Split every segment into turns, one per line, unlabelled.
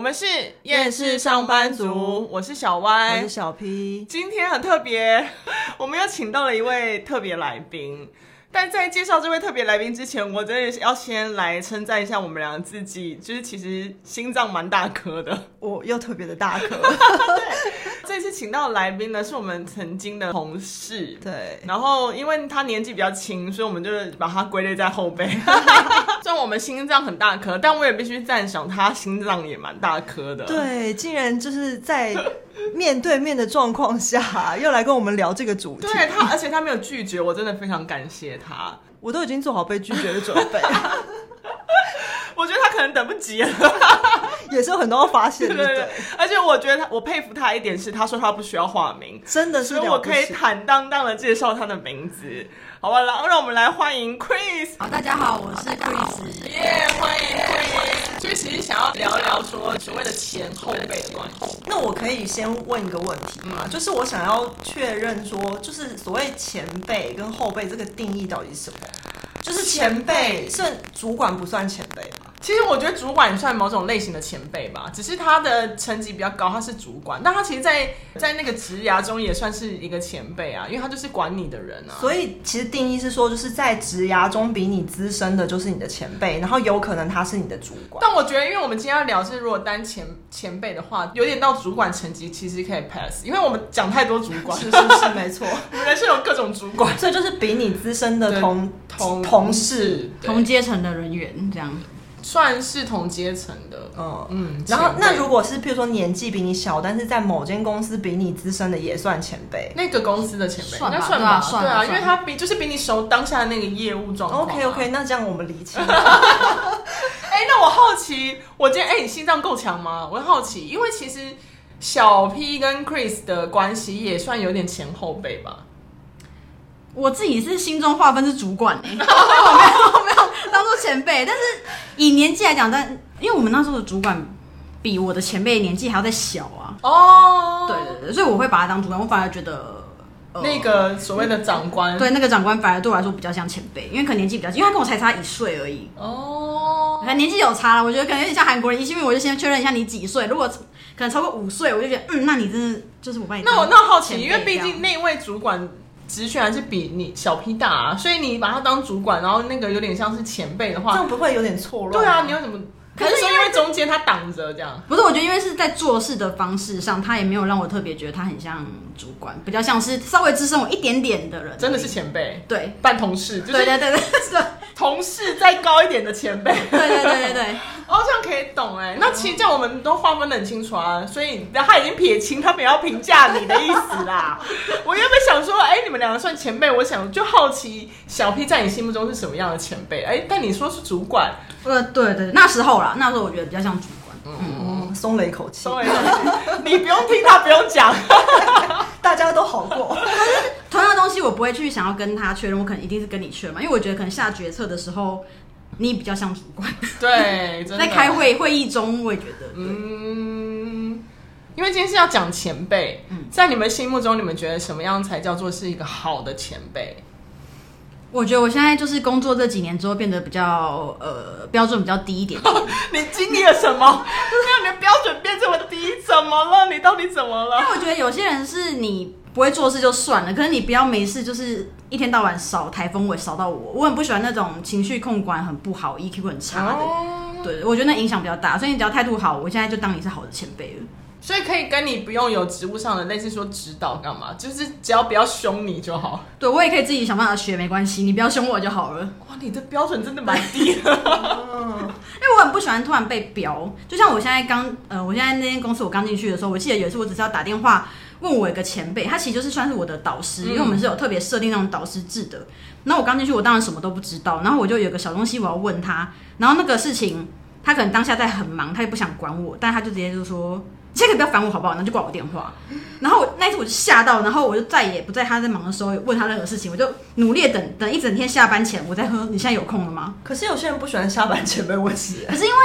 们是
厌世上班族
我是小
我
歪
是。小 P，
今天很特别， 我们又请到了一位特别来宾。但在介绍这位特别来宾之前，我真的是要先来称赞一下我们俩自己，就是其实心脏蛮大颗的。
我又特别的大颗，
这次请到的来宾呢，是我们曾经的同事。
对，
然后，因为他年纪比较轻，所以我们就是把他归类在后 辈。虽然我们心脏很大颗，但我也必须赞赏他心脏也蛮大颗的。
对，竟然就是在面对面的状况下，又来跟我们聊这个主题，
对他，而且他没有拒绝，我真的非常感谢他。
我都已经做好被拒绝的准备，
我觉得他可能等不及了，
也是有很多要发现
对
的，
对
对
对。而且我觉得他，我佩服他一点是，他说他不需要化名，
真的是
所以我
了不
可以
起。
坦荡荡的介绍他的名字，好吧？然后让我们来欢迎 Chris。
好，大家好，我是 Chris。
耶，欢迎欢迎！所以其实想要聊聊说所谓的前后辈的关系。
那我可以先问一个问题吗？就是我想要确认说，就是所谓前辈跟后辈这个定义到底是什么？就是前辈，是主管不算前辈吧？
其实我觉得主管也算某种类型的前辈吧，只是他的层级比较高，他是主管，但他其实在，在那个职涯中也算是一个前辈啊，因为他就是管你的人啊。
所以其实定义是说，就是在职涯中比你资深的，就是你的前辈，然后有可能他是你的主管。
但我觉得，因为我们今天要聊是，如果单前前辈的话，有点到主管层级，其实可以 pass，因为我们讲太多主管，
是是是，没 错。
我们人生有各种主管，
所以就是比你资深的
对
同
同
同事，
对
同阶层的人员这样，
算是同阶层的，
嗯嗯。
嗯。
然后
前辈
那如果是譬如说年纪比你小，但是在某间公司比你资深的也算前辈。
那个公司的前辈，
算吧
应该算
对啊算
对啊，
吧
因为他比就是比你熟当下的那个业务状况啊、
OK OK，那这样我们理清。
哎、那我好奇，我今天哎、你心脏够强吗？我好奇，因为其实小 P 跟 Chris 的关系也算有点前后辈吧。
我自己是心中划分是主管、欸， 所以我没有我没有当做前辈，但是以年纪来讲，但因为我们那时候的主管比我的前辈年纪还要再小啊，
哦，
对对对，所以我会把他当主管，我反而觉得、呃
那个所谓的长官，
对那个长官反而对我来说比较像前辈，因为可能年纪比较，因为他跟我才差一岁而已，
哦
可，能年纪有差了，我觉得可能有点像韩国人，因为我就先确认一下你几岁，如果可能超过五岁，我就觉得嗯，那你真的就是我把你当
那我那我好
前
奇，
辈
因为毕
这样
竟那位主管职权还是比你小 P 大、啊，所以你把他当主管，然后那个有点像是前辈的
这
话，
样不会有点错乱？
对啊，你有什么？
可
还
是
是说因为中间他挡着这样？
不是，我觉得因为是在做事的方式上，他也没有让我特别觉得他很像主管，比较像是稍微资深我一点点的人。
真的是前辈，
对，
办同事，就
对
是
对对对对
同事再高一点的前 辈。
对对对对对，
哦，这样可以懂哎。那其实这样我们都划分得很清楚啊，所以他已经撇清他们也要评价你的意思啦。 我原本想说，哎、你们两个算前辈，我想就好奇小 P 在你心目中是什么样的前辈？哎、但你说是主管，
呃对对，那时候啦，那时候我觉得比较像主管。嗯，
嗯松了一口气
稍，微 你不用听他，不用讲。
大家都好过。
同样的东西我不会去想要跟他确认，我可能一定是跟你确认嘛，因为我觉得可能下决策的时候你比较像主管，
对，真的
在开。会会议中我也觉得，嗯，
嗯，因为今天是要讲前辈，在你们心目中，你们觉得什么样才叫做是一个好的前辈？
我觉得我现在就是工作这几年之后变得比较呃标准比较低一点，
你经历了什么？让你的标准变这么低？怎么了？你到底怎么了
因？为我觉得有些人是你不会做事就算了，可是你不要没事就是一天到晚扫台风尾扫到我，我很不喜欢那种情绪控管很不好、EQ 很差的。
哦
对，我觉得那影响比较大，所以你只要态度好，我现在就当你是好的前辈了。
所以可以跟你不用有职务上的类似说指导干嘛，就是只要不要凶你就好。
对我也可以自己想办法学，没关系，你不要凶我就好了。
哇，你的标准真的蛮低的。
因为我很不喜欢突然被标，就像我现在刚呃，我现在那间公司我刚进去的时候，我记得有一次我只是要打电话问我一个前辈，他其实就是算是我的导师，
嗯
因为我们是有特别设定那种导师制的。那我刚进去，我当然什么都不知道，然后我就有个小东西我要问他，然后那个事情他可能当下在很忙，他也不想管我，但他就直接就说。你现在可以不要烦我好不好？然后就挂我电话。然后我那一次我就吓到，然后我就再也不在他在忙的时候问他任何事情，我就努力地等等一整天下班前，我再说你现在有空了吗？
可是有些人不喜欢下班前辈问事，
可是因为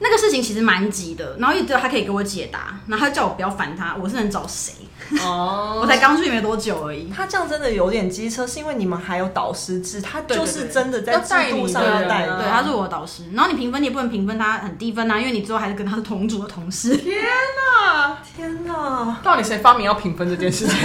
那个事情其实蛮急的，然后一直他可以给我解答，然后他叫我不要烦他，我是能找谁？
哦
我才刚去没多久而已。
他这样真的有点机车，是因为你们还有导师制，他
对对对
就是真的在
要带
制
你
度
的
上要
人
带
啊
对，他是我的导师，然后你评分你也不能评分他很低分啊，因为你之后还是跟他是同组的同 事。
啊！
天哪！
到底谁发明要评分这件事情？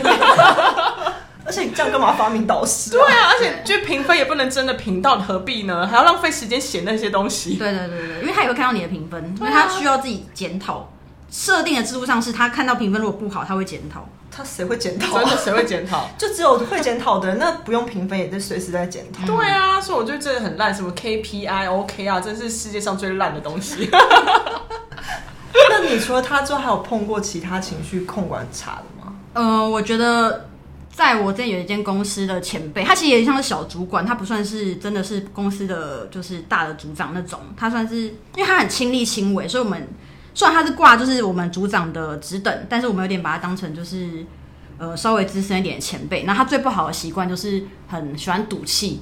而且你这样干嘛发明导师、
对啊，而且就评分也不能真的评到，何必呢？还要浪费时间写那些东西。
对对对对，对因为他也会看到你的评分，因为他需要自己检讨。设定的制度上是他看到评分如果不好，他会检讨。
他谁会检讨、
真的
啊？
谁会检 讨？
就只有会检讨的人，那不用评分也在随时在检 讨。
对啊，所以我觉得真的很烂，什么 KPI、OK 啊，真是世界上最烂的东 西。
那你除了他之后，还有碰过其他情绪控管差的吗？
呃，我觉得在我这有一间公司的前辈，他其实也像是小主管，他不算是真的是公司的就是大的组长那种，他算是因为他很亲力亲为，所以我们虽然他是挂就是我们组长的职等，但是我们有点把他当成就是呃稍微资深一点的前辈。那他最不好的习惯就是很喜欢赌气，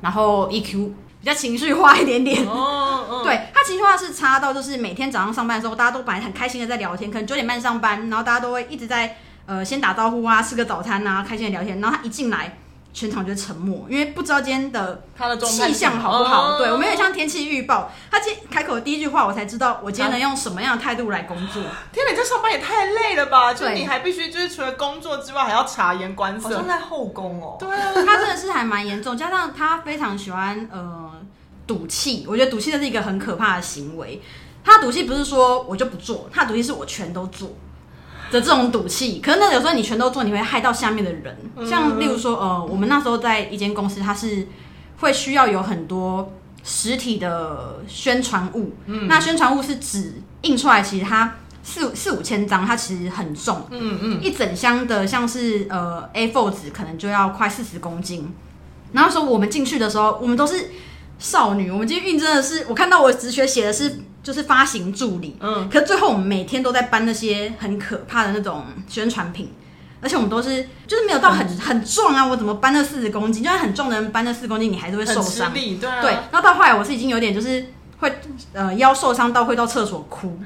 然后 EQ 比较情绪化一点点。
哦，嗯
对他情绪化是差到，就是每天早上上班的时候，大家都本来很开心的在聊天，可能九点半上班，然后大家都会一直在呃先打招呼啊，吃个早餐啊，开心的聊天。然后他一进来，全场就沉默，因为不知道今天的
他的状态哦
气象好不好。对我们有
也
点像天气预报，他今开口第一句话，我才知道我今天能用什么样的态度来工作。
天哪，你这上班也太累了吧？就
对
你还必须就是除了工作之外，还要察言观
好
色
像。在后宫哦、
对啊，
他真的是还蛮严重，加上他非常喜欢呃赌气，我觉得赌气这是一个很可怕的行为。他赌气不是说我就不做，他赌气是我全都做的这种赌气。可是那有时候你全都做，你会害到下面的人。像例如说，呃，我们那时候在一间公司，它是会需要有很多实体的宣传物。嗯，那宣传物是指印出来，其实它四四五千张，它其实很重。
嗯嗯，
一整箱的像是呃 A4 纸，可能就要快四十公斤。然后说我们进去的时候，我们都是少女，我们今天运真的是，我看到我直觉写的是就是发行助理，
嗯，
可最后我们每天都在搬那些很可怕的那种宣传品。而且我们都是，就是没有到很很重啊！我怎么搬那四十公斤？就算很重的人搬那四十公斤，你还是会受
很吃
伤。
力，对啊，
对，然后到后来我是已经有点就是会呃腰受伤到会到厕所 哭，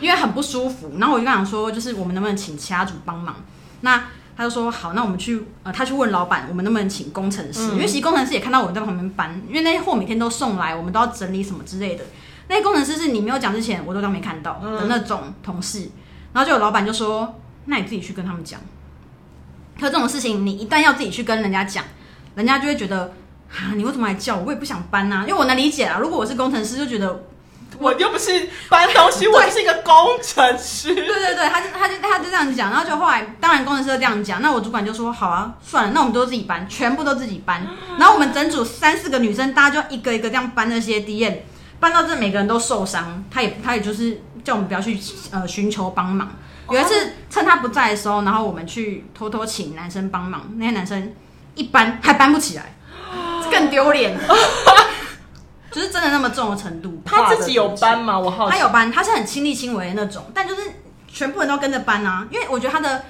因为很不舒服。然后我就跟他讲说，就是我们能不能请其他组帮忙？那他就说好，那我们去呃，他去问老板，我们能不能请工程
嗯
师？因为其实工程师也看到我在旁边搬，因为那些货每天都送来，我们都要整理什么之类的。那些工程师是你没有讲之前，我都当没看到
嗯
的那种同事。然后就有老板就说，那你自己去跟他们讲。可这种事情，你一旦要自己去跟人家讲，人家就会觉得啊，你为什么来叫我？我也不想搬呐、因为我能理解啊。如果我是工程师，就觉得
我又不是搬东西，我就是一个工程师。
对对对，他就他就他就这样讲，然后就后来，当然工程师就这样讲，那我主管就说好啊，算了，那我们都自己搬，全部都自己搬。然后我们整组三四个女生，大家就一个一个这样搬那些 DM，搬到这每个人都受伤，他也他也就是叫我们不要去呃寻求帮忙。有一次趁他不在的时候，然后我们去偷偷请男生帮忙，那些男生一搬还搬不起来，更丢脸，就是真的那么重的程度。
他自己有搬吗？我好
他
奇。
有搬，他是很亲力亲为的那种，但就是全部人都跟着搬啊，因为我觉得他的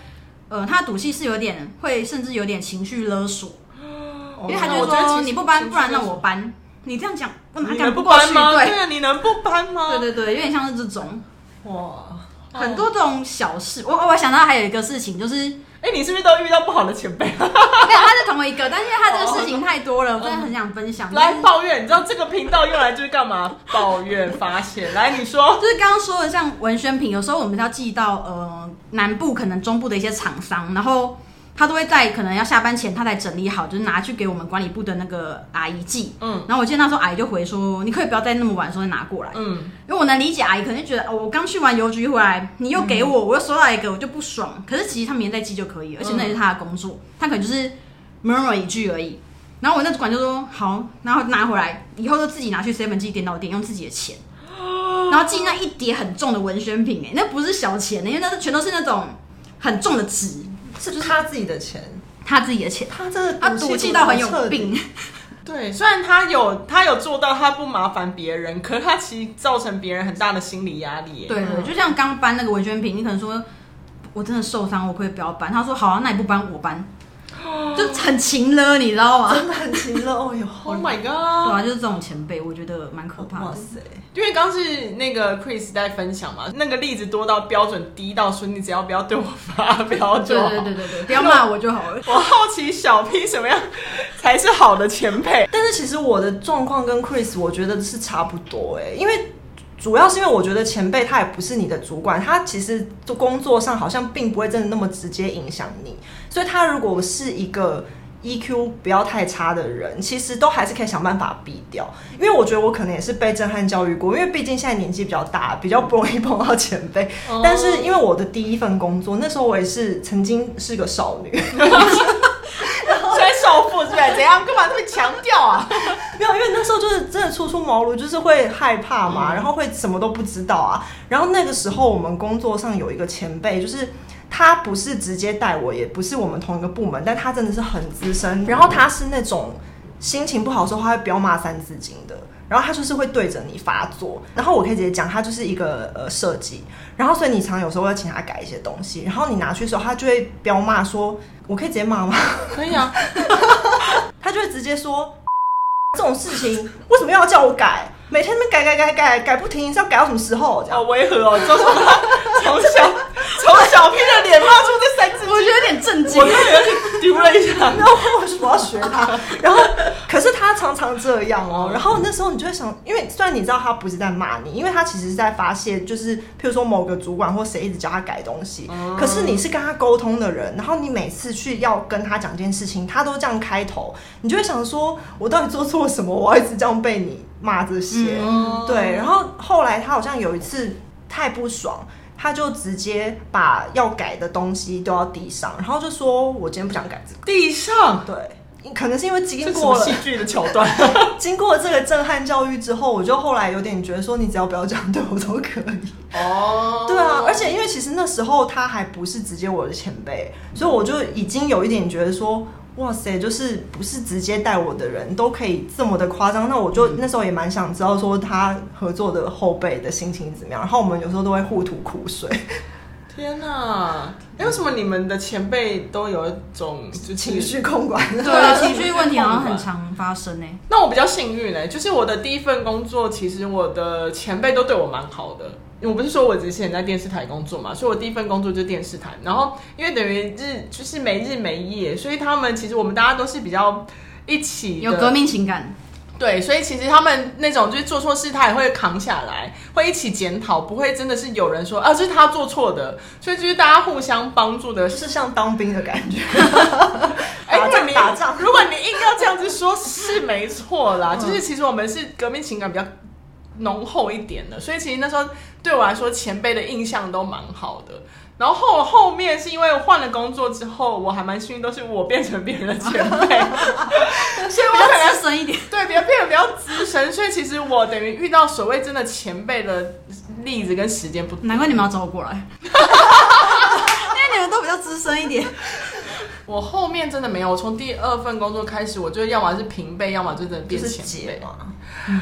呃他的赌气是有点会，甚至有点情绪勒索，
哦
因为他就
哦我觉得其
说
实
你不搬，
情绪
不然
勒
让
索
我搬，你这样讲我哪
你
讲
能不
过
搬
去？
吗？
对
对啊，你能不搬吗？
对对对，有点像是这种
哇，
哦
很多这种小事。我我想到还有一个事情，就是没有，
哎、你是不是都遇到不好的前辈？啊
他是同一个，但是因为他这个事
哦
情太多了，我真的很想分享。
嗯
但
来
是
抱怨，你知道这个频道用来就是干 嘛？抱怨发泄。来，你说。
就是刚刚说的，像文宣品，有时候我们要寄到呃南部，可能中部的一些厂商，然后他都会在可能要下班前，他才整理好，就是拿去给我们管理部的那个阿姨寄。
嗯
然后我记得那时候阿姨就回说：“你可以不要再那么晚的时候拿过来。”
嗯，
因为我能理解阿姨可能就觉得哦，我刚去完邮局回来，你又给我，我又收到一个，我就不爽。可是其实他明天再寄就可以，而且那也是他的工作，他可能就是 murmur 一句而已。然后我那主管就说好，然后拿回来，以后就自己拿去 seven 寄电脑店，用自己的 钱，然后寄那一叠很重的文宣品、哎，那不是小钱、因为那是全都是那种很重的纸，
是他自己的钱，
他自己的钱，
他真
他
啊
的
赌气
气
到很有病。
对，虽然他有他有做到，他不麻烦别人，可是他其实造成别人很大的心理压力耶。
对对，就像刚搬那个文宣品，你可能说我真的受伤，我可以不要搬。他说好啊，那你不搬我搬。 就很勤了，你知道吗？
真的很勤了哦哟。
Oh my
对
god！
啊，就是这种前辈，我觉得蛮可怕
哇
的。
塞！
因为刚是那个 Chris 在分享嘛，那个例子多到标准低到说你只要不要对我发飙
对
就好。
对对对对，不要骂我就好了。
我好奇小 P 什么样才是好的前 辈？
但是其实我的状况跟 Chris 我觉得是差不多哎、因为主要是因为我觉得前辈他也不是你的主管，他其实就工作上好像并不会真的那么直接影响你，所以他如果是一个 EQ 不要太差的人，其实都还是可以想办法避掉。因为我觉得我可能也是被震撼教育过，因为毕竟现在年纪比较大，比较不容易 碰到前辈。但是因为我的第一份工作，那时候我也是曾经是个少女，
现在少妇是不是？怎样？干嘛这么强调啊？
没有，因为那时候就是真的初出茅庐，就是会害怕嘛，然后会什么都不知道啊。然后那个时候我们工作上有一个前辈，就是他不是直接带我，也不是我们同一个部门，但他真的是很资深。然后他是那种心情不好的时候，他会飙骂《三字经》的。然后他就是会对着你发作，然后我可以直接讲，他就是一个呃设计，然后所以你常有时候会请他改一些东西，然后你拿去的时候，他就会飙骂说：“我可以直接骂吗？”
可以啊，
他就会直接说 这种事情为什么要叫我改？每天那边改改改改改不停，是要改到什么时候？这样
好违和哦，就是他从 小从小 P 的脸骂出这三字
我觉
经，
得有点震惊
我都。有点丢了一下。
然后为什么要学他？ 然后，可是他常常这样哦。然后那时候你就会想，因为虽然你知道他不是在骂你，因为他其实是在发泄，就是譬如说某个主管或谁一直叫他改东西，可是你是跟他沟通的人，然后你每次去要跟他讲这件事情，他都这样开头，你就会想说，我到底做错什么？我要一直这样被你骂这些？
哦
对，然后后来他好像有一次太不爽，他就直接把要改的东西丢到地上，然后就说：“我今天不想改这个。
地上”
对，可能是因为
这
经
是什么
过了
戏剧的桥段？
经过了这个震撼教育之后，我就后来有点觉得说，你只要不要这样对我都可以。
哦
对啊，而且因为其实那时候他还不是直接我的前辈，所以我就已经有一点觉得说，哇塞，就是不是直接带我的人都可以这么的夸张，那我就那时候也蛮想知道说他合作的后辈的心情怎么样，然后我们有时候都会互吐苦水，
天哪、哎，为什么你们的前辈都有一种就是
情？绪控管。
对，情绪问题好像很常发生欸呢。
那我比较幸运呢、就是我的第一份工作，其实我的前辈都对我蛮好的。我不是说我之前在电视台工作嘛，所以我第一份工作就是电视台。然后因为等于日就是没日没夜，所以他们其实我们大家都是比较一起的
有革命情感，
对，所以其实他们那种就是做错事，他也会扛下来，会一起检讨，不会真的是有人说啊，这是他做错的，所以就是大家互相帮助 的
就是像当兵的感 觉，
哎，
打
如果
仗
你
打仗，
如果你硬要这样子说，是没错 啦。嗯就是其实我们是革命情感比较浓厚一点的，所以其实那时候对我来说，前辈的印象都蛮好的。然后后后面是因为换了工作之后，我还蛮幸运，都是我变成别人的前 辈，所以
比
我
较
可能
资深一点。
对，比较变得比较资深，所以其实我等于遇到所谓真的前辈的例子跟时间不多。
难怪你们要找我过来， 因为你们都比较资深一点。
我后面真的没有，我从第二份工作开始，我就要么是平辈，要么就真的
就
变
是
前辈
姐。嘛，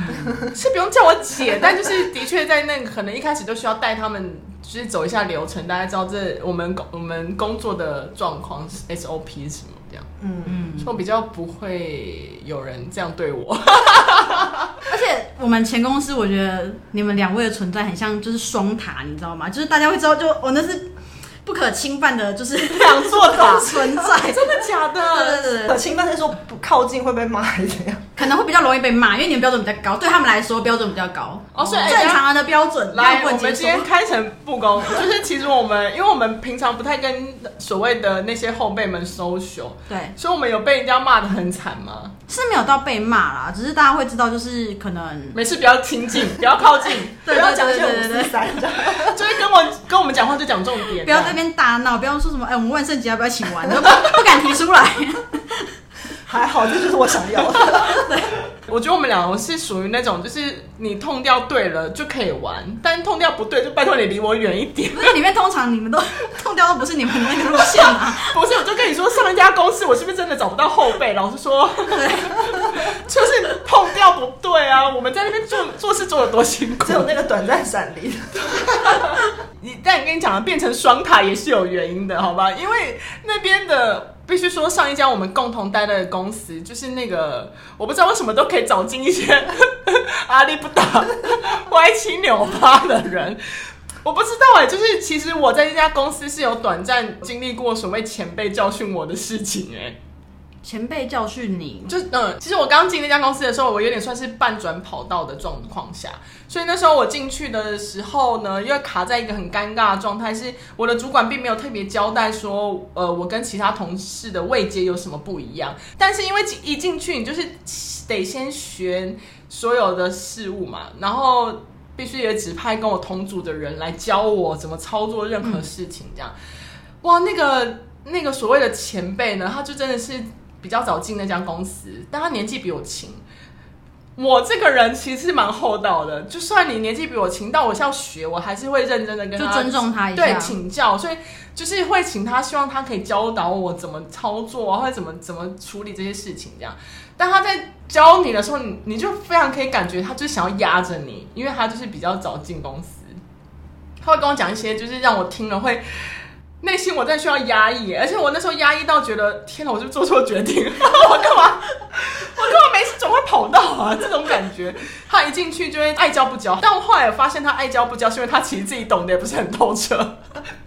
是不用叫我姐，但就是的确在那个可能一开始就需要带他们，就是走一下流程，大家知道这我们工我们工作的状况是 SOP 是什么这样，
嗯，
嗯，
所以我比较不会有人这样对我。
而且我们前公司，我觉得你们两位的存在很像就是双塔，你知道吗？就是大家会知道就，我那是不可侵犯 的，就是
两座塔
存在。
真的假
对
的？
对
可
对，
亲但是说不靠近会被骂还是怎样？
可能会比较容易被骂，因为你们标准比较高，对他们来说标准比较高。
哦所以
正常人的标准，
来，
他
我
们
们
不
今
能接
天
受。
开诚布 公，就是其实我们，因为我们平常不太跟所谓的那些后辈们 social，
对，
所以我们有被人家骂的很惨吗？
是没有到被骂啦，只是大家会知道，就是可能
没事，不要亲近，不要靠近，
不
对
要
对
讲一
对
些五
对
四
对
三这样。
就是跟我跟我们讲话就讲重点，
对，不要在那边大闹，不要说什么哎、我们万圣节要不要一起 玩，都不不敢提出来。
还好，这就是我想要的。
我觉得我们两个是属于那种，就是你痛掉对了就可以玩，但痛掉不对就拜托你离我远一点。
不是里面通常你们都痛掉都不是你们那个路线啊，
不是，我就跟你说，上一家公司我是不是真的找不到后辈？老实说， 就是痛掉不对啊。我们在那边做做事做的多辛苦
只，有那个短暂闪离，
你但你跟你讲，变成双塔也是有原因的，好吧？因为那边的必须说，上一家我们共同待的公司，就是那个我不知道为什么都可以找进一些阿力不打、歪七扭八的人。我不知道哎、就是其实我在这家公司是有短暂经历过所谓前辈教训我的事情哎、
前辈教训你，
就嗯，其实我刚进那家公司的时候，我有点算是半转跑道的状况下，所以那时候我进去的时候呢，因为卡在一个很尴尬的状态，是我的主管并没有特别交代说，呃，我跟其他同事的位阶有什么不一样，但是因为进一进去，你就是呃得先学所有的事物嘛，然后必须也指派跟我同组的人来教我怎么操作任何事情，这样。哇，那个那个所谓的前辈呢，他就真的是比较早进那家公司，但他年纪比我轻。我这个人其实蛮厚道的，就算你年纪比我轻，但我是要学，我还是会认真的跟
就
他
尊重他一下。
对请教，所以就是会请他，希望他可以教导我怎么操作啊，或者怎么怎么处理这些事情这样。但他在教你的时候，你你就非常可以感觉他就是想要压着你，因为他就是比较早进公司，他会跟我讲一些就是让我听了会。内心我真的需要压抑耶，而且我那时候压抑到觉得，天哪，我是不是做错决定， 我干嘛，我干嘛没事总会跑到啊，这种感觉。他一进去就会爱教不教，但我后来有发现他爱教不教，是因为他其实自己懂得也不是很透彻，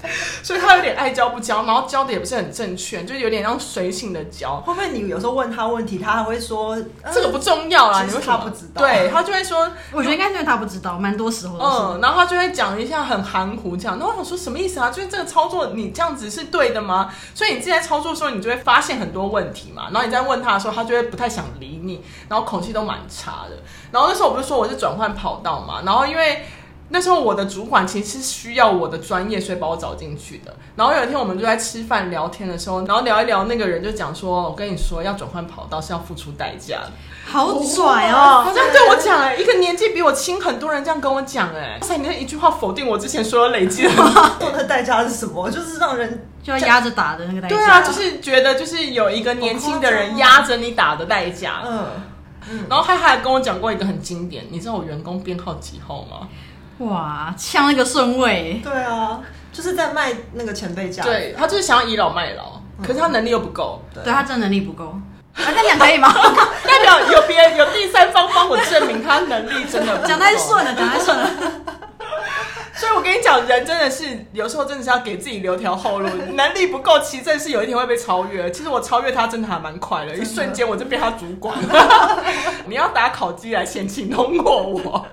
所以他有点爱教不教，然后教的也不是很正确，就有点让随性的教。
会不会你有时候问他问题，他还会说、呃
这个不重要啦，
其
你
实
为什么
他不知道
对他就会说，
我觉得应该是因为他不知道，蛮多时候都是。
嗯，然后他就会讲一下很含糊这样。那我想说什么意思啊？就是这个操作你这样子是对的吗？所以你自己在操作的时候，你就会发现很多问题嘛。然后你在问他的时候，他就会不太想理你，然后口气都蛮差的。然后那时候我不是说我是转换跑道嘛，然后因为。那时候我的主管其实是需要我的专业，所以把我找进去的。然后有一天我们就在吃饭聊天的时候，然后聊一聊，那个人就讲说：“我跟你说，要转换跑道是要付出代价的。”
好拽哦、
好像对我讲哎、一个年纪比我轻很多人这样跟我讲哎、哇塞，你那一句话否定我之前所有累积的。
做的代价是什么？就是让人
就要压着打的那个代价。
对啊，就是觉得就是有一个年轻的人压着你打的代价。
嗯，
然后他还跟我讲过一个很经典，你知道我员工编号几号吗？
哇，像那个顺位，
对啊，就是在卖那个前辈价。，
对他就是想要倚老卖老，
嗯
可是他能力又不够。
对他真的能力不够。啊，那讲可以吗？
代表有别人有第三方帮我证明他能力真的不够
讲太顺了，讲太顺了。
所以我跟你讲，人真的是有时候真的是要给自己留条后路，能力不够，其实真的是有一天会被超越。其实我超越他真的还蛮快的，一瞬间我就变他主管。 你要打烤鸡来先请通过我，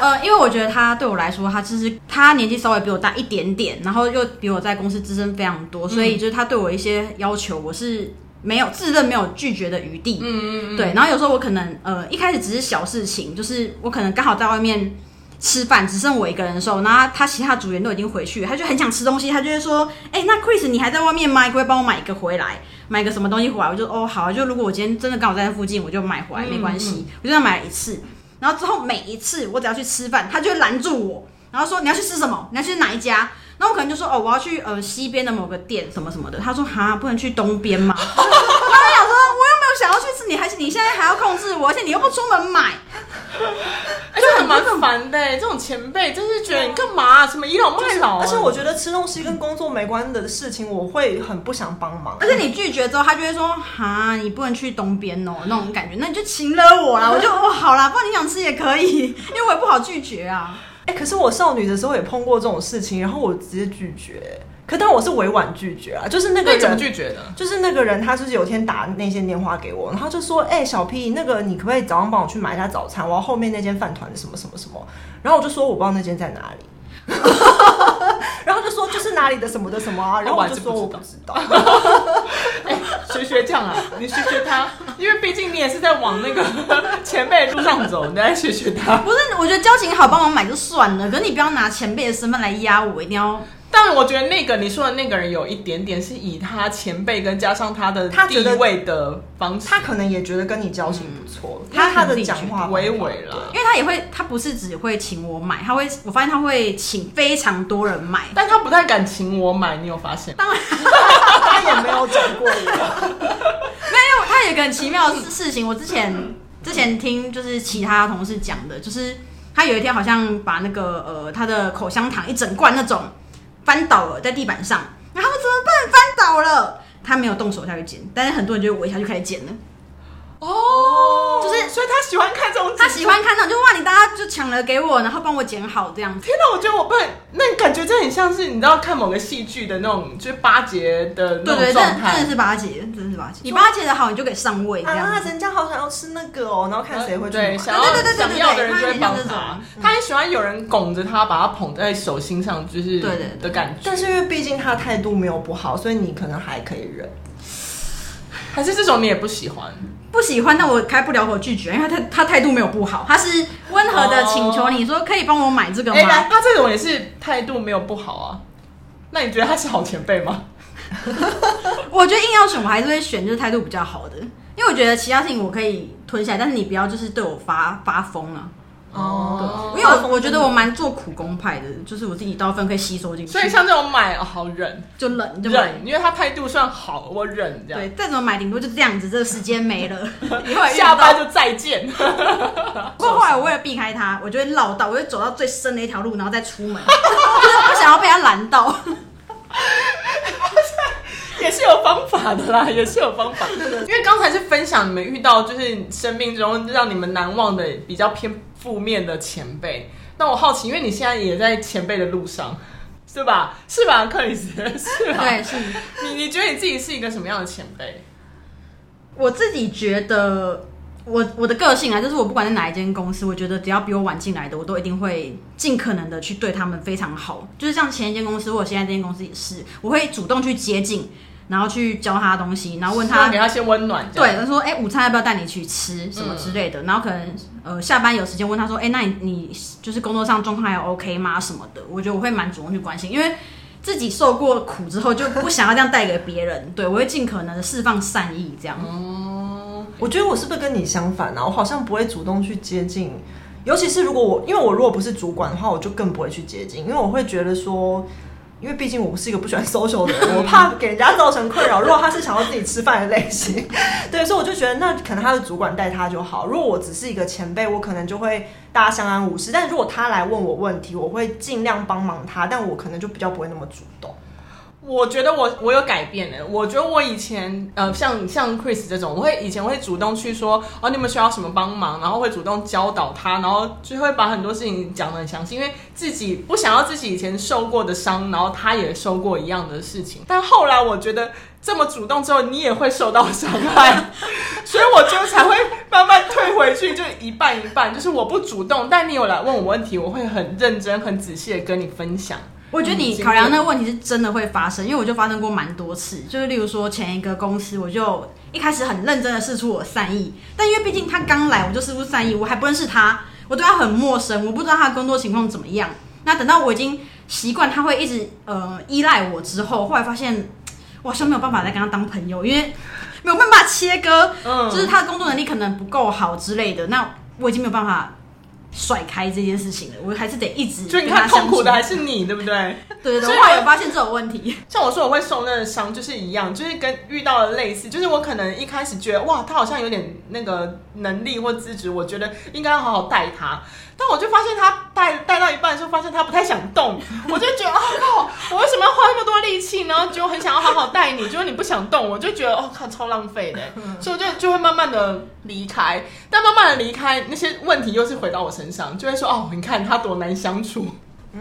呃，因为我觉得他对我来说，他就是他年纪稍微比我大一点点，然后又比我在公司资深非常多，所以就是他对我一些要求，我是没有自认没有拒绝的余地。
嗯，
对，然后有时候我可能呃一开始只是小事情，就是我可能刚好在外面吃饭，只剩我一个人的时候，那他其他组员都已经回去，他就很想吃东西，他就会说：“哎、那 Chris 你还在外面吗？你可不可以帮我买一个回来，买个什么东西回来？”我就哦好啊，就如果我今天真的刚好在附近，我就买回来没关
嗯
系，我就这样买了一次。然后之后每一次我只要去吃饭，他就会拦住我，然后说你要去吃什么，你要去哪一家。那我可能就说哦，我要去呃西边的某个店什么什么的。他说哈，不能去东呃边吗？然后我想说，我又没有想要去吃，你还是你现在还要控制我，而且你又不出门买，
而且很哎蛮烦的、欸这种前辈真是觉得你干嘛、啊什么倚老卖老、
而且我觉得吃东西跟工作没关的事情，我会很不想帮忙。
而且你拒绝之后，他就会说哈，你不能去东边哦，那种感觉，那你就请了我啦。我就哦好啦，不然你想吃也可以，因为我也不好拒绝啊。
哎、可是我少女的时候也碰过这种事情，然后我直接拒绝。可但我是委婉拒绝啊，就是那个
那你怎么
人
拒绝呢？
就是那个人，他就是有一天打那些电话给我，然后就说：“哎、小 P，那个你可不可以早上帮我去买一下早餐？我要后面那间饭团的什么什么什么。”然后我就说：“我不知道那间在哪里。” 然后就说就是哪里的什么的什么啊，然后我就说我
我
不
还
知道，
哎、学学这样啊，你学学他，因为毕竟你也是在往那个前辈的路上走，你来学学他。
不是，我觉得交情好，帮忙买就算了，可是你不要拿前辈的身份来压我，一定要
但我觉得那个你说的那个人有一点点是以他前辈跟加上他的
他觉
地
得
位的方式，
他可能也觉得跟你交情不错，
他
他他
肯
的
定
讲话
觉得
方法
微微啦
因为他也会，他不是只会请我买，他会，我发现他会请非常多人买。
但他不太敢请我买，你有发现？
当然，
对他也没有讲过我，
没有，他有一个很奇妙的事事情，我之前之前听就是其他同事讲的，就是他有一天好像把那个呃他的口香糖一整罐那种翻倒了在地板上，然后他说怎么办？翻倒了。他没有动手下去捡，但是很多人就围下去开始捡了。
哦，
就是
所以他喜欢看这种，
他喜欢。看到就哇，你大家就抢了给我，然后帮我捡好这样子。
天哪，我觉得我被那你感觉这很像是你知道看某个戏剧的那种，就是巴结的那
对对，
种
真的
状
真
态
的。是巴结，真的是巴结。你巴结的好，你就可以上位这样
啊，
子。
人家好想要吃那个哦，然后看谁会去
对，
买。
想要
对对对对
想
对
要的人就会帮
他有点像这
他
种，
他很喜欢有人拱着他，把他捧在手心上，就是
对对对
的感觉。
但是因为毕竟他态度没有不好，所以你可能还可以忍。
还是这种你也不喜欢，
不喜欢，那我开不了口拒绝，因为他他态度没有不好，他是温和的请求你说可以帮我买这个
哎、来
吗？
他这种也是态度没有不好啊。那你觉得他是好前辈 吗？
我觉得硬要选，我还是会选就是态度比较好的，因为我觉得其他事情我可以吞下来，但是你不要就是对我发发疯啊。
哦
因为我我觉得我蛮做苦工派的，就是我自己一刀分可以吸收进去，
所以像这种买哦，好忍
就冷就买。
忍，因为他态度算好，我忍这样。
对，再怎么买，顶多就这样子，这个时间 没了，以后也遇不
下班
到
就再见。
不过后来我为了避开他，我就会绕道，我就走到最深的一条路，然后再出门， 就是不想要被他拦 到。
也是有方法的啦，也是有方法。 因为刚才是分享你们遇到就是生命中让你们难忘的比较偏负面的前辈。那我好奇，因为你现在也在前辈的路上，是吧？是吧，克里斯？ 是吧？
对，是
你你觉得你自己是一个什么样的前辈？
我自己觉得。我我的个性啊，就是我不管在哪一间公司，我觉得只要比我晚进来的，我都一定会尽可能的去对他们非常好。就是像前一间公司，我现在这间公司也是，我会主动去接近，然后去教他东西，然后问
希
他
望给他些温暖。这样
对，，他说：“哎、午餐要不要带你去吃什么之类的？”然后可能呃下班有时间问他说：“哎、那你你就是工作上状况还 OK 吗？什么的？”我觉得我会蛮主动去关心，因为自己受过苦之后就不想要这样带给别人。对我会尽可能的释放善意，这样。
我觉得我是不是跟你相反啊？我好像不会主动去接近，尤其是如果我，因为我如果不是主管的话，我就更不会去接近，因为我会觉得说，因为毕竟我不是一个不喜欢 social 的人，我怕给人家造成困扰。如果他是想要自己吃饭的类型，对，所以我就觉得那可能他的主管带他就好。如果我只是一个前辈，我可能就会大家相安无事。但如果他来问我问题，我会尽量帮忙他，但我可能就比较不会那么主动。
我觉得我我有改变了。我觉得我以前呃，像像 Chris 这种，我会以前会主动去说哦，你们需要什么帮忙，然后会主动教导他，然后就会把很多事情讲得很详细，因为自己不想要自己以前受过的伤，然后他也受过一样的事情。但后来我觉得这么主动之后，你也会受到伤害， 所以我就才会慢慢退回去，就一半一半，就是我不主动，但你有来问我问题，我会很认真、很仔细的跟你分享。
我觉得你考量那个问题是真的会发生，因为我就发生过蛮多次，就是例如说前一个公司，我就一开始很认真的试出我善意，但因为毕竟他刚来，我就试出善意，我还不认识他，我对他很陌生，我不知道他的工作情况怎么样。那等到我已经习惯他会一直呃依赖我之后，后来发现我好像没有办法再跟他当朋友，因为没有办法切割，
嗯
就是他的工作能力可能不够好之类的，那我已经没有办法甩开这件事情了，我还是得一直
就你
跟他
看，痛苦的
相
还
处
是你，对不对？
对对
所以
对，我有发现这种问题。
像我说我会受那个伤，就是一样，就是跟遇到的类似，就是我可能一开始觉得哇，他好像有点那个能力或资质，我觉得应该要好好带他，但我就发现他带带到一半的时候，发现他不太想动，我就觉得啊靠，我为什么要花那么多力气，然后就很想要好好带你，结果你不想动，我就觉得哦靠，超浪费的，所以我就就会慢慢的离开，但慢慢的离开，那些问题又是回到我身上，就会说哦，你看他多难相处。就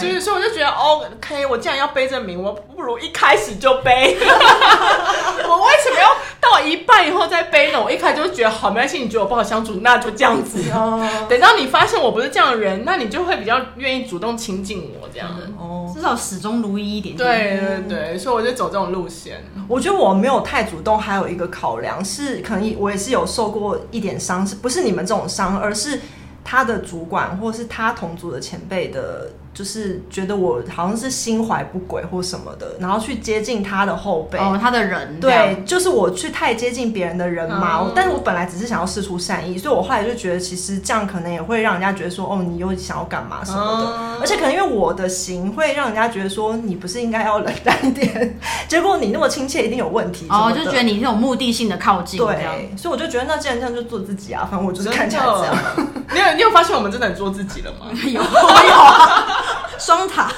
对
是，所以我就觉得哦，OK，我既然要背这名，我不如一开始就背。我为什么要到一半以后再背呢？我一开始就觉得好，没关系，你觉得我不好相处，那就这样子。
哦
等到你发现我不是这样的人，那你就会比较愿意主动亲近我这样。
哦，
至少始终如一一点点。
对对对，所以我就走这种路线。
我觉得我没有太主动，还有一个考量是，可能我也是有受过一点伤，是不是你们这种伤，而是他的主管或是他同组的前辈的，就是觉得我好像是心怀不轨或什么的，然后去接近他的后辈。
哦，他的人这样
对，就是我去太接近别人的人嘛，
哦
但是我本来只是想要试出善意，所以我后来就觉得其实这样可能也会让人家觉得说，哦，你又想要干嘛什么的，
哦
而且可能因为我的型会让人家觉得说，你不是应该要冷淡一点，结果你那么亲切一定有问题什么
哦，
的，
就觉得你是有目的性的靠近这 样。
对，所以我就觉得那既然这样就做自己啊，反正我就是
真
看起来这样，
的，你有你有发现我们真的很做自己了吗？
有有啊，双塔，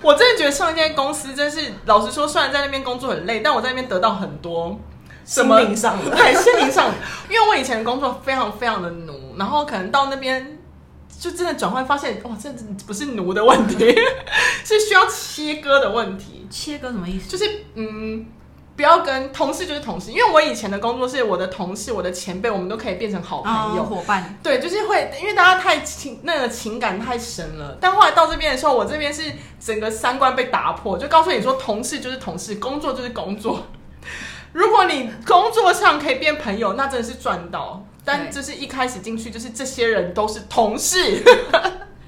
我真的觉得上一间公司真是，老实说，虽然在那边工作很累，但我在那边得到很多 什
心
么
灵上 的。
对，心灵上，因为我以前的工作非常非常的奴，然后可能到那边就真的转换，发现哇，这不是奴的问题， 是需要切割的问题，
切割什么意思？
就是嗯。不要跟同事就是同事，因为我以前的工作是我的同事、我的前辈，我们都可以变成好朋友。
哦伙伴，
对，就是会，因为大家太情那个情感太深了。但后来到这边的时候，我这边是整个三观被打破，就告诉你说，同事就是同事，工作就是工作。 如果你工作上可以变朋友，那真的是赚到。但
对
就是一开始进去，就是这些人都是同 事。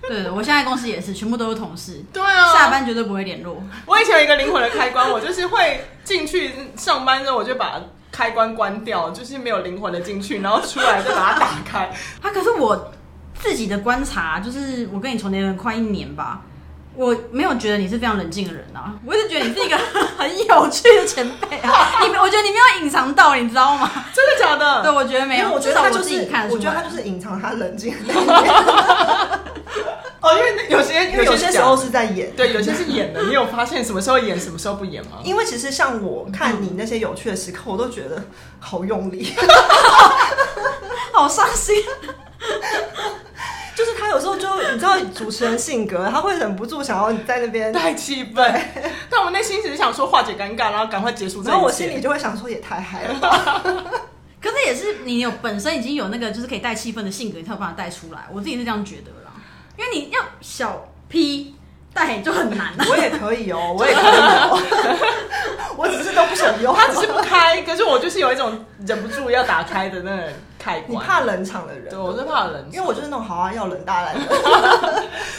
对我现在公司也是，全部都是同事，
对啊，
下班绝对不会联络。
我以前有一个灵魂的开关，我就是会进去上班之后，我就把开关关掉，就是没有灵魂的进去，然后出来再把它打开。
啊，可是我自己的观察，就是我跟你重叠了快一年吧，我没有觉得你是非常冷静的人啊，我一直觉得你 是一个很有趣的前辈啊。你我觉得你没有隐藏到，你知道吗？
真的假的？
对，我觉得没
因
有，
为我觉得
至少
他
嗯我
就
自己
是
看，得
我
出
觉得
来
他就是隐藏他冷静，
哦，因为那有些
因为有
是
些时
假的
候是在演。
对，有些是演的。你有发现什么时候演，什么时候不演吗？
因为其实像我看你那些有趣的时刻，我都觉得好 用力。
好伤心。
就是他有时候就你知道主持人性格，他会忍不住想要你在那 边，
带气 氛，但我内心只是想说化解尴尬，然后赶快结束这一切。
然后我心里就会想说也太嗨了吧。
可是也是你有本身已经有那个就是可以带气氛的性格，你才有办法带出来。我自己是这样觉得啦，因为你要小 P 带就很难啊。
我也可以哦，我也可以哦， 我只是都不想用。
他只是不开，可是我就是有一种忍不住要打开的那个开
你
关。
怕冷场的人
对，，我是怕冷场，
因为我就是那种好啊，要冷大 来冷。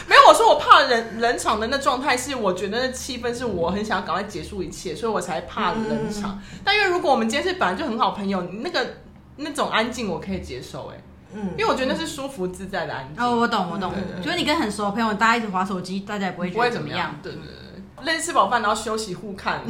没有我说我怕冷冷场的那状态是，我觉得那气氛是我很想要赶快结束一切，所以我才怕冷场。
嗯
但因为如果我们今天是本来就很好朋友，那个那种安静我可以接受、哎，
嗯
因，为我觉得那是舒服自在的安静。
哦，我懂，我懂
对对，对
就是你跟很熟的朋友，大家一直划手机，大家也不会
不
觉
会
得
怎
么
么
样嗯
样。。对对对，累吃饱饭然后休息互看，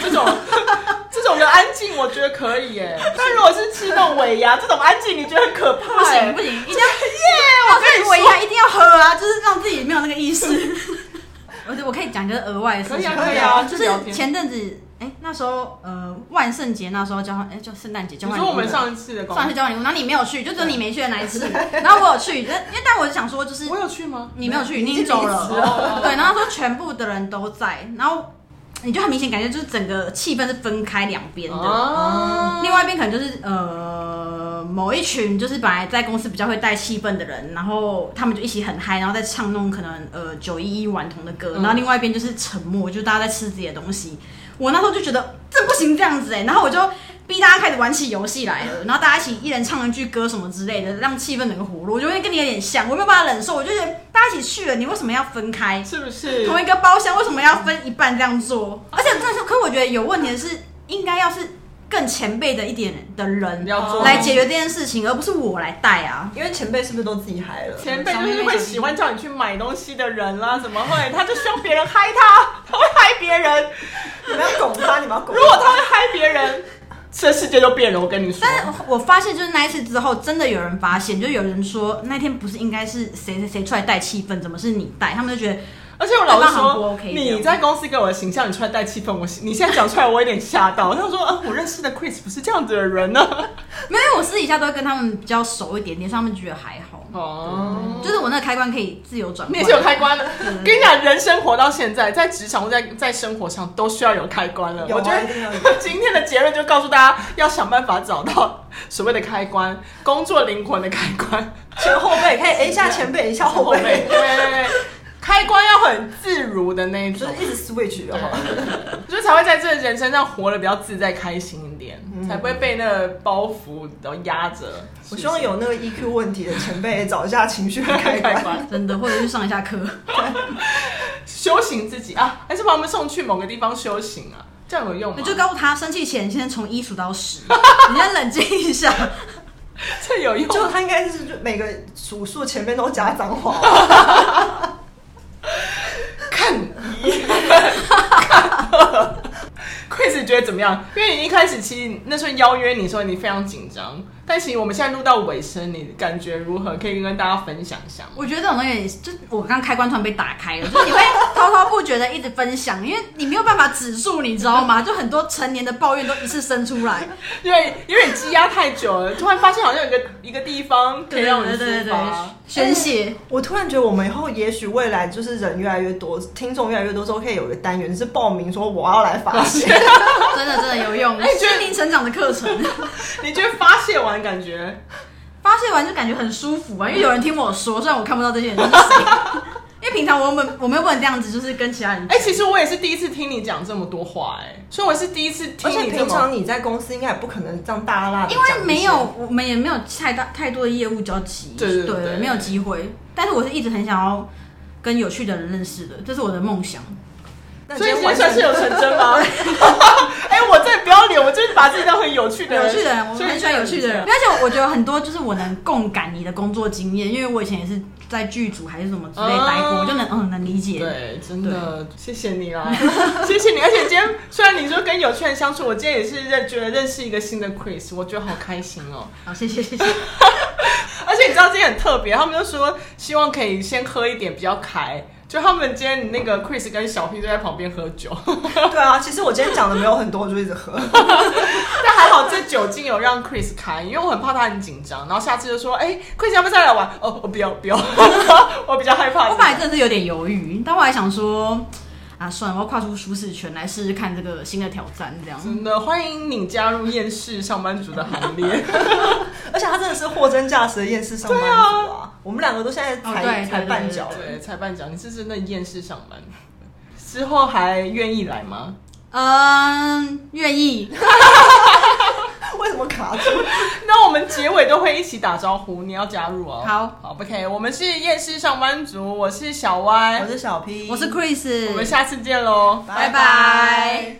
这种 这种的安静我觉得可以耶。但如果是吃那种尾牙这种安静，你觉得很可怕
不
耶？
行不行，一定 要
耶！我跟你
我一
说，
样一定要喝啊，就是让自己没有那个意识。 我我可以讲一个额外的事
可
情，
以
啊可以啊
就
就聊
是
天
前阵子，哎、那时候呃万圣节那时候交换，哎、就圣诞节交
你
换礼物
说
了。
我们上一次的公
上次交换礼物，然后你没有去，就只有你没去的那一次。然后我有去，但因为但我就想说，就是
我有去吗？
你没有去，你已
已经
经
离
走
职了
了。对，然后说全部的人都在，然后你就很明显感觉就是整个气氛是分开两边的。
啊，
另外一边可能就是呃某一群就是本来在公司比较会带气氛的人，然后他们就一起很嗨，然后再唱那种可能呃九一一顽童的歌，
嗯
然后另外一边就是沉默，就大家在吃自己的东西。我那时候就觉得这不行这样子哎、然后我就逼大家开始玩起游戏来了，然后大家一起一人唱一句歌什么之类的，让气氛整个活络。我觉得跟你有点像，我没有办法忍受，我就觉得大家一起去了，你为什么要分开？
是不是？
同一个包厢为什么要分一半这样做？而且但是，可我觉得有问题的是，应该要是更前辈的一点的人
要做
来解决这件事情，而不是我来带啊。
因为前辈是不是都自己嗨了？
前辈就是会喜欢叫你去买东西的人啦，怎么会？他就希望别人嗨他，他会嗨别人。
你们要拱他，你们要拱
如。果他会嗨别人，这世界就变了。我跟你说，
但是我发现，就是那一次之后，真的有人发现，就有人说那天不是应该是谁谁谁出来带气氛，怎么是你带？他们就觉得
而且我老实
对方很不
说，
OK 这样
你在公司给我的形象，你出来带气氛，我你现在讲出来，我有点吓到。他说：“啊，我认识的 Chris 不是这样子的人呢、
没有，因为我私底下都会跟他们比较熟一点点，所以他们觉得还好。
哦，
就是我那个开关可以自由转换，
你也是有开关的。跟你讲，人生活到现在，在职场或在在生活上都需要有开关了。
有
我
啊
觉
一定要有
得 今天的结论就告诉大家，要想办法找到所谓的开关，工作灵魂的开关。
前后辈可以 A 一下前辈，一下后
后
辈
辈，，对对对，开关要很自如的那一
就
种
是。一直 switch 就好。哦
所以才会在这人生上活得比较自在、开心一点，才不会被那个包袱然后压着。
嗯我希望有那个 EQ 问题的前辈找一下情绪的开
开
关。
关
真的，或者去上一 下课。
修行自己啊，还是把我们送去某个地方修行啊？这样有用吗
那？就告诉他，生气前先从一数 到十，你先冷静一下。
这有用？
就他应该是就每个数数前面都加脏话，
看你 Chris 觉得怎么样？因为你一开始其实那时候邀约你说你非常紧张，但其实我们现在录到尾声，你感觉如何？可以跟大家分享一下吗？
我觉得这种东西就是我刚开关突然被打开了，就是你会滔滔不绝的一直分享，因为你没有办法止住，你知道吗？就很多成年的抱怨都一次生出来。
因为因为你积压太久了，突然发现好像有一个一个地方可以
对
让
对
你
对
抒
对
发。，
宣泄。
我突然觉得，我们以后也许未来就是人越来越多，听众越来越多之后，可以有一个单元是报名说我要来发 泄。
哎真的真的有用，
哎你觉得
心灵成长的课程。
你觉得发泄完感觉
发泄完就感觉很舒服啊，因为有人听我说，虽然我看不到这些人是谁，因为平常我们我们又不能这样子，就是跟其他人。
哎、其实我也是第一次听你讲这么多话、哎，所以我也是第一次听
而且
你这
平
么。
常你在公司应该也不可能这样大拉拉地
因
讲一些，
为没有，我们也没有太大太多的业务交集，
对对对对
没有机会。但是我是一直很想要跟有趣的人认识的，这是我的梦想。
那你
所以
今
你
天
今天算是
完全
有成真 吗？哎、我真的不要脸，我就是把自己当很有趣的人，
有趣的人，我
所
们
以
很喜欢有趣的人。而且我觉得很多就是我能共感你的工作经验，因为我以前也是在剧组还是什么之类待过，
哦
我就能嗯能理解。
对，真的谢谢你 啦，谢谢你。而且今天虽然你说跟有趣人相处，我今天也是认觉得认识一个新的 Chris，我觉得好开心哦。
好，谢 谢谢谢。
而且你知道今天很特别，他们就说希望可以先喝一点比较开。就他们今天那个 Chris 跟小 P 就在旁边喝酒，
对啊，其实我今天讲的没有很多，我就一直喝。
但还好这酒精有让 Chris 开，因为我很怕他很紧张。然后下次就说：“哎、c h r i s 要不要再来玩？”哦，我不要不要， 我比较害怕。
我本来真的是有点犹豫，但我还想说，啊，算了，我要跨出舒适圈来试试看这个新的挑战，这样。
真的嗯欢迎你加入厌世上班族的行列。
而且他真的是货真价实的厌世上班族
对
啊！我们两个都现在
哦
才
对对
才
对
绊
对
脚，
对，才半讲，你是真的厌世上班，之后还愿意来吗？
嗯，愿意。
为什么卡住？
那我们结尾都会一起打招呼，你要加入哦。
好
好，OK，我们是厌世上班族，我是小歪
我，是小 P，
我是 Chris，
我们下次见喽，
拜拜